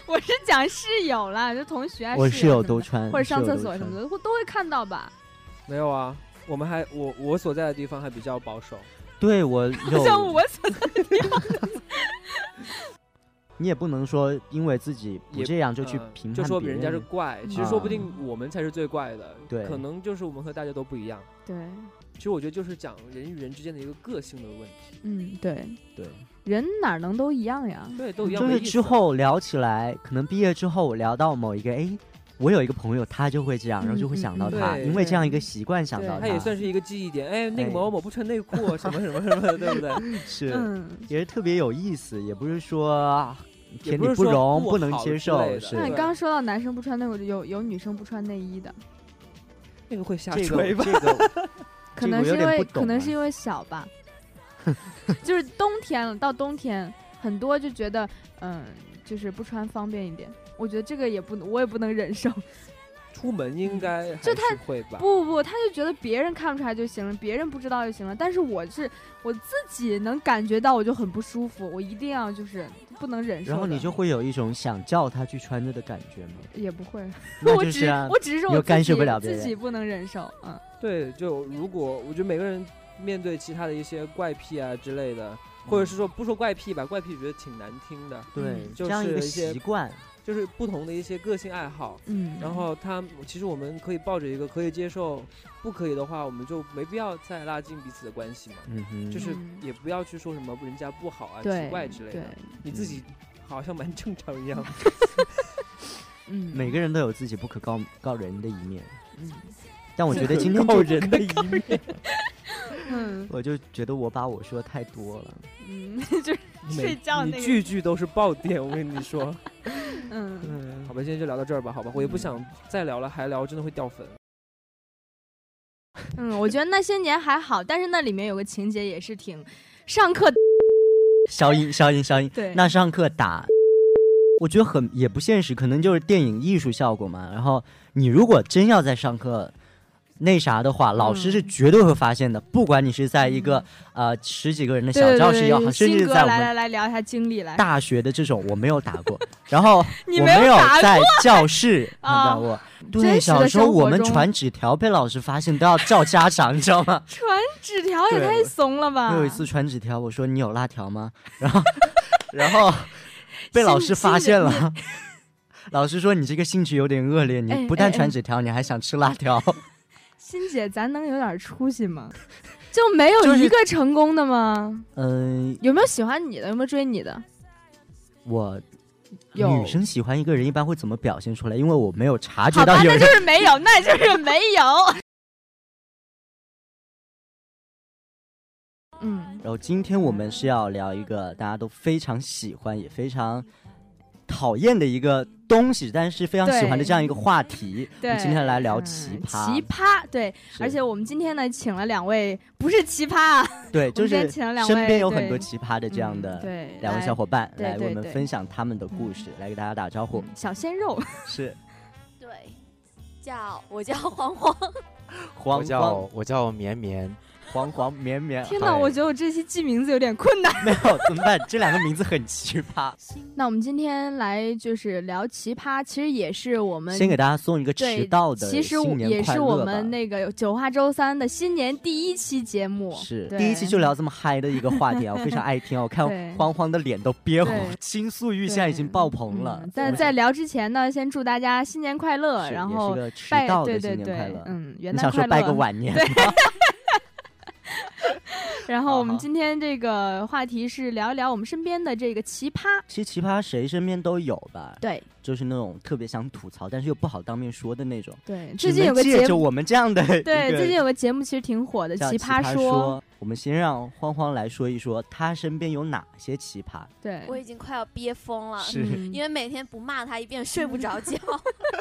B: 我是讲室友啦，就同学啊、
D: 我室
B: 室
D: 友
B: 什么
D: 都
B: 的
D: 穿，
B: 或者上
D: 室友
B: 厕
D: 都
B: 所什
D: 穿
B: 么的，会都会看到吧？
I: 没有啊，我们还我我所在的地方还比较保守。
D: 对我
B: 好像
D: 有，
B: 我所
D: 你也不能说因为自己不
I: 也
D: 这样就去
I: 嗯
D: 评判
I: 就说
D: 别嗯
I: 人家是怪，其实
B: 嗯
I: 说不定我们才是最怪的。
D: 对
I: 可能就是我们和大家都不一样。
B: 对，
I: 其实我觉得就是讲人与人之间的一个个性的问题，
B: 嗯对，
D: 对，
B: 人哪能都一样呀？
I: 对，都一样
D: 就
I: 没
D: 是
I: 意思。
D: 之后聊起来，可能毕业之后我聊到某一个，哎，我有一个朋友他就会这样，然后就会想到
I: 嗯嗯
D: 他，
I: 对
D: 因为这样一个习惯想
B: 对
D: 到
I: 它也算是一个记忆点，哎，那个
D: 哎
I: 某某某不穿内裤，啊什么什么什么，对不对？
D: 是
B: 嗯，
D: 也是特别有意思，也不是说
I: 也
D: 天
I: 不
D: 理
I: 是说
D: 容
I: 不
D: 不能
I: 好
D: 接
I: 之
D: 受，
I: 类的
D: 是
B: 那你
I: 对
B: 刚刚说到男生不穿内裤，有有女生不穿内衣的，
I: 那个会下
D: 这个
I: 垂吧？
D: 这个
B: 可
D: 这个
B: 能
D: 我
B: 是
D: 有
B: 因
D: 点
B: 为
D: 不懂
B: 可能
D: 啊
B: 是因为小 吧，就是冬天了，到冬天很多就觉得嗯，就是不穿方便一点。我觉得这个也不，我也不能忍 受。
I: 出门应该还
B: 嗯就是
I: 会吧？
B: 不不，他就觉得别人看不出来就行了，别人不知道就行了。但是我是我自己能感觉到，我就很不舒服，我一定要就是不能忍受的。
D: 然后你就会有一种想叫他去穿着的感觉吗？
B: 也不会，
D: 那
B: 我
D: 就
B: 只
D: 是啊，
B: 我只是说
D: 你
B: 我
D: 又干
B: 自
D: 涉不
B: 己
D: 了别
B: 自己
D: 人
B: 不能忍受，嗯。
I: 对，就如果我觉得每个人面对其他的一些怪癖啊之类的，或者是说不说怪癖吧，怪癖觉得挺难听的，
D: 对
I: 嗯就
D: 这样一
I: 是
D: 个
I: 一些
D: 习惯，
I: 就是不同的一些个性爱好。
B: 嗯，
I: 然后他其实我们可以抱着一个可以接受，不可以的话，我们就没必要再拉近彼此的关系嘛。
D: 嗯哼，
I: 就是
B: 嗯
I: 也不要去说什么人家不好啊、
B: 对
I: 奇怪之类
B: 对
I: 的，，你自己好像蛮正常 一样。
B: 嗯，
D: 每个人都有自己不可告告人的一面，
B: 嗯
D: 但我觉得今天
I: 告
D: 就
I: 人的一面，
B: 嗯
D: 我就觉得我把我说太多了。
B: 嗯， 就是睡觉
I: 你
B: 那个
I: 句句都是爆点，我跟 你说。
B: 嗯，
D: 嗯
I: 好吧，今天就聊到这儿吧，好吧，我也不想再聊了，还聊真的会掉粉。
B: 嗯，我觉得那些年还好，但是那里面有个情节也是挺上课
D: 消音，消音，消音。
B: 对
D: 那上课打，我觉得很也不现实，可能就是电影艺术效果嘛。然后你如果真要在上课那啥的话，老师是
B: 嗯
D: 绝对会发现的。不管你是在一个呃十几个人的小
B: 对
D: 教室
B: 对
D: 也好，
B: 对，
D: 甚
B: 新
D: 至
B: 哥
D: 在我
B: 来来
D: 们
B: 来聊一下经历来。
D: 大学的这种，我没有打过。然后
B: 你
D: 我
B: 没有
D: 有
B: 打过
D: 在教室
B: 啊
D: 打过。
B: 真实
D: 对，
B: 的
D: 小时
B: 生
D: 候
B: 活
D: 我们
B: 中
D: 传纸条被老师发现都要叫家长，你知道吗？
B: 传纸条也
D: 对
B: 太怂了吧！
D: 我有一次传纸条，我说你有辣条吗？然后，然后被老师发现了。 老师说你这个兴趣有点恶劣，
B: 哎
D: 你不但
B: 哎哎
D: 传纸条，你还想吃辣 条。
B: 欣姐，咱能有点出息吗？ 就没有
D: 就是
B: 一个成功的吗？
D: 嗯，
B: 有没有喜欢你的？有没有追你的？
D: 我
B: 有
D: 女生喜欢一个人一般会怎么表现出来？因为我没有察觉
B: 好吧
D: 到，有
B: 那就
D: 人
B: 是没有，那就是没 有。嗯，
D: 然后今天我们是要聊一个大家都非常喜欢也非常讨厌的一个东西，但是非常喜欢的
B: 对
D: 这样一个话题。我
B: 对。
D: 们今天来聊
B: 嗯
D: 奇葩，
B: 奇葩，对，
D: 是
B: 而且我们今天呢，请了两位不是奇葩啊，
D: 对，就
B: 我们今
D: 是
B: 天请了两位
D: 身边有很
B: 对
D: 多奇葩的这样的
B: 嗯对
D: 两位
B: 来
D: 小伙伴
B: 对
D: 来
B: 对
D: 为我们
B: 对嗯
D: 分享他们的故事，来给大家打招呼。
B: 小鲜肉，
D: 是
G: 对，叫我叫黄黄，
D: 黄
J: 我
D: 黄
J: 叫我叫绵绵，
D: 黄黄绵 绵，
B: 天哪，
J: 对
B: 我觉得我这期记名字有点困难。
D: 没有怎么办？这两个名字很奇葩。
B: 那我们今天来就是聊奇葩，其实也是 我们
D: 先给大家送一个迟
B: 对
D: 到的
B: 其实
D: 新
B: 我
D: 年
B: 也
D: 快
B: 是
D: 乐
B: 我
D: 吧
B: 们那个九话周三的新年第一期节目，
D: 是
B: 对
D: 第一期就聊这么嗨的一个话题啊，我非常爱听啊。我看
B: 对
D: 黄黄的脸都憋红
B: 对，
D: 倾诉欲现在已经
B: 对
D: 爆棚了
B: 嗯。在
D: 对
B: 在聊之前呢，先祝大家新年快乐，
D: 是
B: 然
D: 也
B: 后
D: 是个迟
B: 拜
D: 到
B: 对
D: 的新
B: 对
D: 年快乐
B: 对，。嗯，元
D: 你
B: 旦
D: 想
B: 快
D: 说
B: 乐，
D: 拜个晚年？
B: 然后我们
D: 好好
B: 今天这个话题是聊一聊我们身边的这个奇葩，
D: 其实奇葩谁身边都有吧，
B: 对
D: 就是那种特别想吐槽，但是又不好当面说的那种。
B: 对，
D: 只
B: 最近有
D: 能
B: 个
D: 借
B: 节
D: 着
B: 目，
D: 我们这 样的一
B: 对，
D: 个
B: 最近有个节目其实挺火的，《
D: 叫
B: 奇
D: 奇
B: 葩
D: 葩
B: 说》
D: 我们先让欢欢来说一说他身边有哪些奇葩。
B: 对，
G: 我已经快要憋疯了。
D: 是
B: 嗯
G: 因为每天不骂他一遍睡不着觉，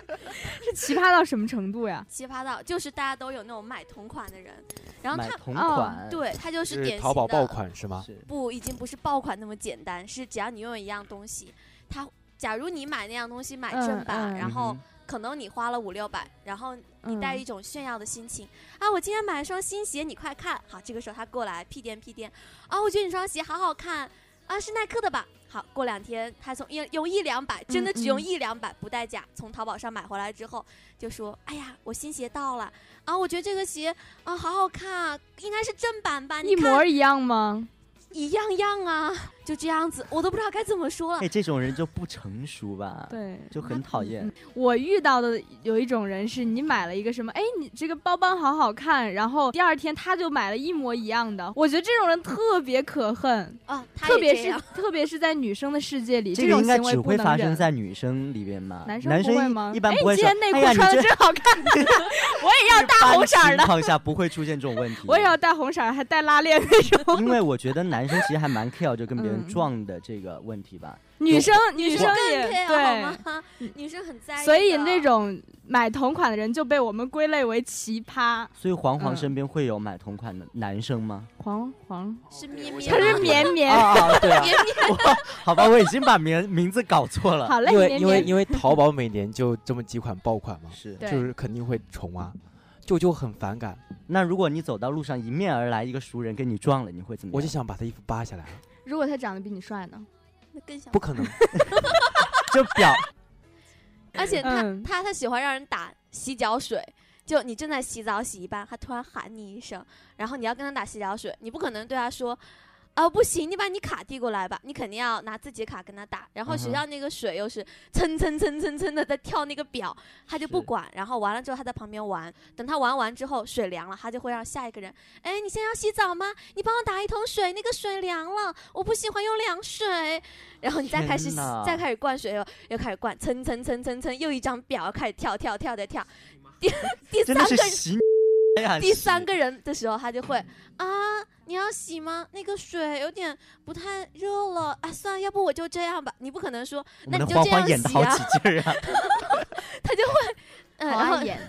B: 是奇葩到什么程度呀？
G: 奇葩到就是大家都有那种买同款的人，然后
D: 买
G: 他
D: 同
B: 哦
D: 款，
G: 对他就是典
J: 呃是
G: 型
J: 淘宝
G: 的
J: 爆款 是吗？
D: 是
G: 不，已经不是爆款那么简单，是只要你拥有一样东西，它假如你买那样东西买正
B: 嗯
G: 版，
B: 嗯
G: 然后
D: 嗯哼
G: 可能你花了五六百，然后你带
B: 嗯
G: 一种炫耀的心情、啊，我今天买了双新鞋，你快看，好，这个时候他过来屁颠屁颠，啊，我觉得你双鞋好好看，啊，是耐克的吧？好，过两天他从一用一两百，真的只
B: 嗯
G: 用
B: 嗯
G: 一两百不带价，从淘宝上买回来之后就说，哎呀，我新鞋到了啊，我觉得这个鞋啊好好看啊，应该是正版吧？你
B: 一
G: 看
B: 模一样吗？
G: 一样样啊，就这样子，我都不知道该怎么说了
D: 哎，。这种人就不成熟
G: 嗯
D: 吧？，
B: 对，嗯
D: 就很讨厌。
B: 我遇到的有一种人是，你买了一个什么，哎，你这个包包好好看，然后第二天他就买了一模一样的。我觉得这种人特别可恨，
G: 啊，他
B: 特
G: 也
B: 别
G: 这
B: 是
G: 样
B: 特别是在女生的世界里，
D: 这个
B: 种
D: 应该
B: 行为
D: 只
B: 不
D: 会
B: 能
D: 发
B: 忍
D: 生在女生里边吧？
B: 男
D: 男
B: 生不会吗？
D: 一一般
B: 哎
D: 不会
B: 你今
D: 说。
B: 天内
D: 哎
B: 裤
D: 呀，你
B: 穿的
D: 这
B: 真好看，我也要大红色儿
D: 情
B: 的，
D: 况下不会出现这种问题。
B: 我也要大红色儿，还带拉链那种。
D: 因为我觉得男生其实还蛮 care 就跟别
B: 嗯
D: 人撞的这个问题吧。
B: 女生女
G: 女
B: 生
G: 更
B: 也
G: care
B: 对，嗯
G: 好吗？女生很在意的，
B: 所以那种买同款的人就被我们归类为奇葩。
D: 所以黄黄
B: 嗯
D: 身边会有买同款的男生吗？
B: 黄黄，
G: 是 咩咩，
B: 他是绵绵。
D: 啊， 啊对啊
G: 绵，
D: 我好吧，我已经把名名字搞错了。
B: 好嘞，
J: 因为
B: 绵
J: 因为
B: 绵。
J: 因 为淘宝每年就这么几款爆款嘛，
D: 是，
B: 对
J: 就是肯定会重啊，就就很反感，
D: 那如果你走到路上迎面而来一个熟人跟你撞了，你会怎么样？
J: 我就想把他衣服扒下来啊，
B: 如果他长得比你帅 呢？
G: 那更想
J: 不，可能，
D: 就 表
G: 而且他
B: 嗯
G: 他他喜欢让人打洗脚水。就你正在洗澡洗一半，他突然喊你一声，然后你要跟他打洗脚水，你不可能对他说，啊、不行，你把你卡递过来吧，你肯定要拿自己的卡跟他打。然后
D: 嗯
G: 学
D: 哼
G: 校那个水又是蹭蹭蹭蹭蹭的在跳那个表，他就不
D: 是
G: 管。然后完了之后他在旁边玩，等他玩完之后水凉了，他就会让下一个人，哎，你现在要洗澡吗？你帮我打一桶水，那个水凉了，我不喜欢用凉水。 然后你再开始
D: 天
G: 洗
D: 哪
G: 再开始灌水又又开始灌，蹭蹭蹭蹭蹭，又一张表又开始跳跳跳的跳。第第
D: 真
G: 三
D: 的是
G: 个
D: 洗。哎呀
G: 第三
D: 洗
G: 个人的时候，他就会
D: 嗯
G: 啊，你要洗吗？那个水有点不太热了，啊，算了，要不我就这样吧。你不可能说，
D: 我
G: 那
D: 们
G: 你
D: 的
G: 就
D: 欢
G: 这
D: 欢
G: 样
D: 演的
G: 洗
D: 好
G: 啊
D: 起劲儿 啊！
G: 他就会，嗯，然后
B: 演，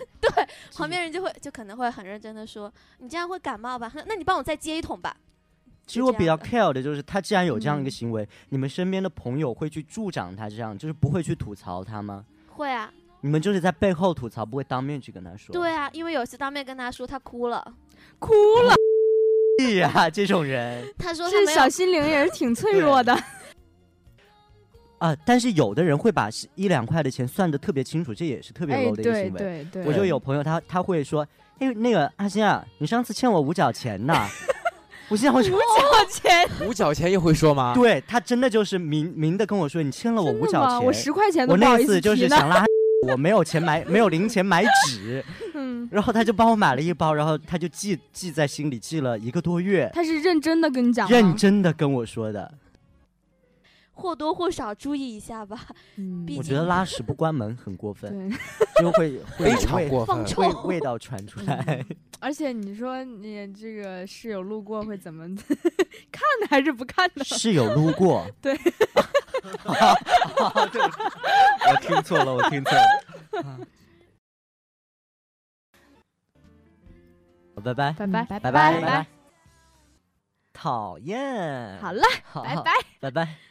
G: 旁边人就会就可能会很认真的说，你这样会感冒吧？那你帮我再接一桶吧。
D: 其实我比较
G: 就
D: care 的就是，他既然有这
G: 嗯
D: 样一个行为，你们身边的朋友会去助长他这样，就是不会去吐槽他吗？
G: 会啊，
D: 你们就是在背后吐槽，不会当面去跟他说。
G: 对啊，因为有一次当面跟他说，他哭了，
B: 哭了。
D: 对呀、啊这种人
G: 他说他
B: 这
G: 没有
B: 小心灵也是挺脆弱的。
D: 啊，但是有的人会把是一两块的钱算得特别清楚，这也是特别
B: 哎，
D: low 的一个
B: 对
D: 行为。
B: 对对，
D: 我就有朋友他他会说，哎，那个阿星啊，你上次欠我五角 钱呐。我心想我说，
B: 五角钱，
J: 五角钱也会说吗？
D: 对他真的就是明明的跟我说，你欠了我五角
B: 哇
D: 钱。
B: 我十块钱都
D: 我
B: 不好
D: 那
B: 意
D: 次
B: 思
D: 就是
B: 提
D: 想
B: 呢。
D: 拉，我没有钱买，没有零钱买纸，
B: 嗯，
D: 然后他就帮我买了一包，然后他就记记在心里，记了一个多月，
B: 他是认真的跟你讲吗，
D: 认真的跟我说的。
G: 或多或少注意一下吧。毕
D: 我觉
G: 竟
D: 得拉屎不关门很过分，
B: 嗯对。
D: 就会会
J: 非
D: 有
J: 常
D: 味
J: 过
G: 放
J: 分
G: 臭
D: 味味道传出 来。
B: 而且你说你这个室友路过会怎么 看呢？还是不看呢？
D: 室友路过，
B: 对
D: 啊对不起 我听错了，我听错了。好拜拜，
B: 拜拜
C: 拜
D: 拜
C: 拜
D: 拜。讨厌，
B: 好了，
D: 好，
B: 拜拜。
D: 拜拜。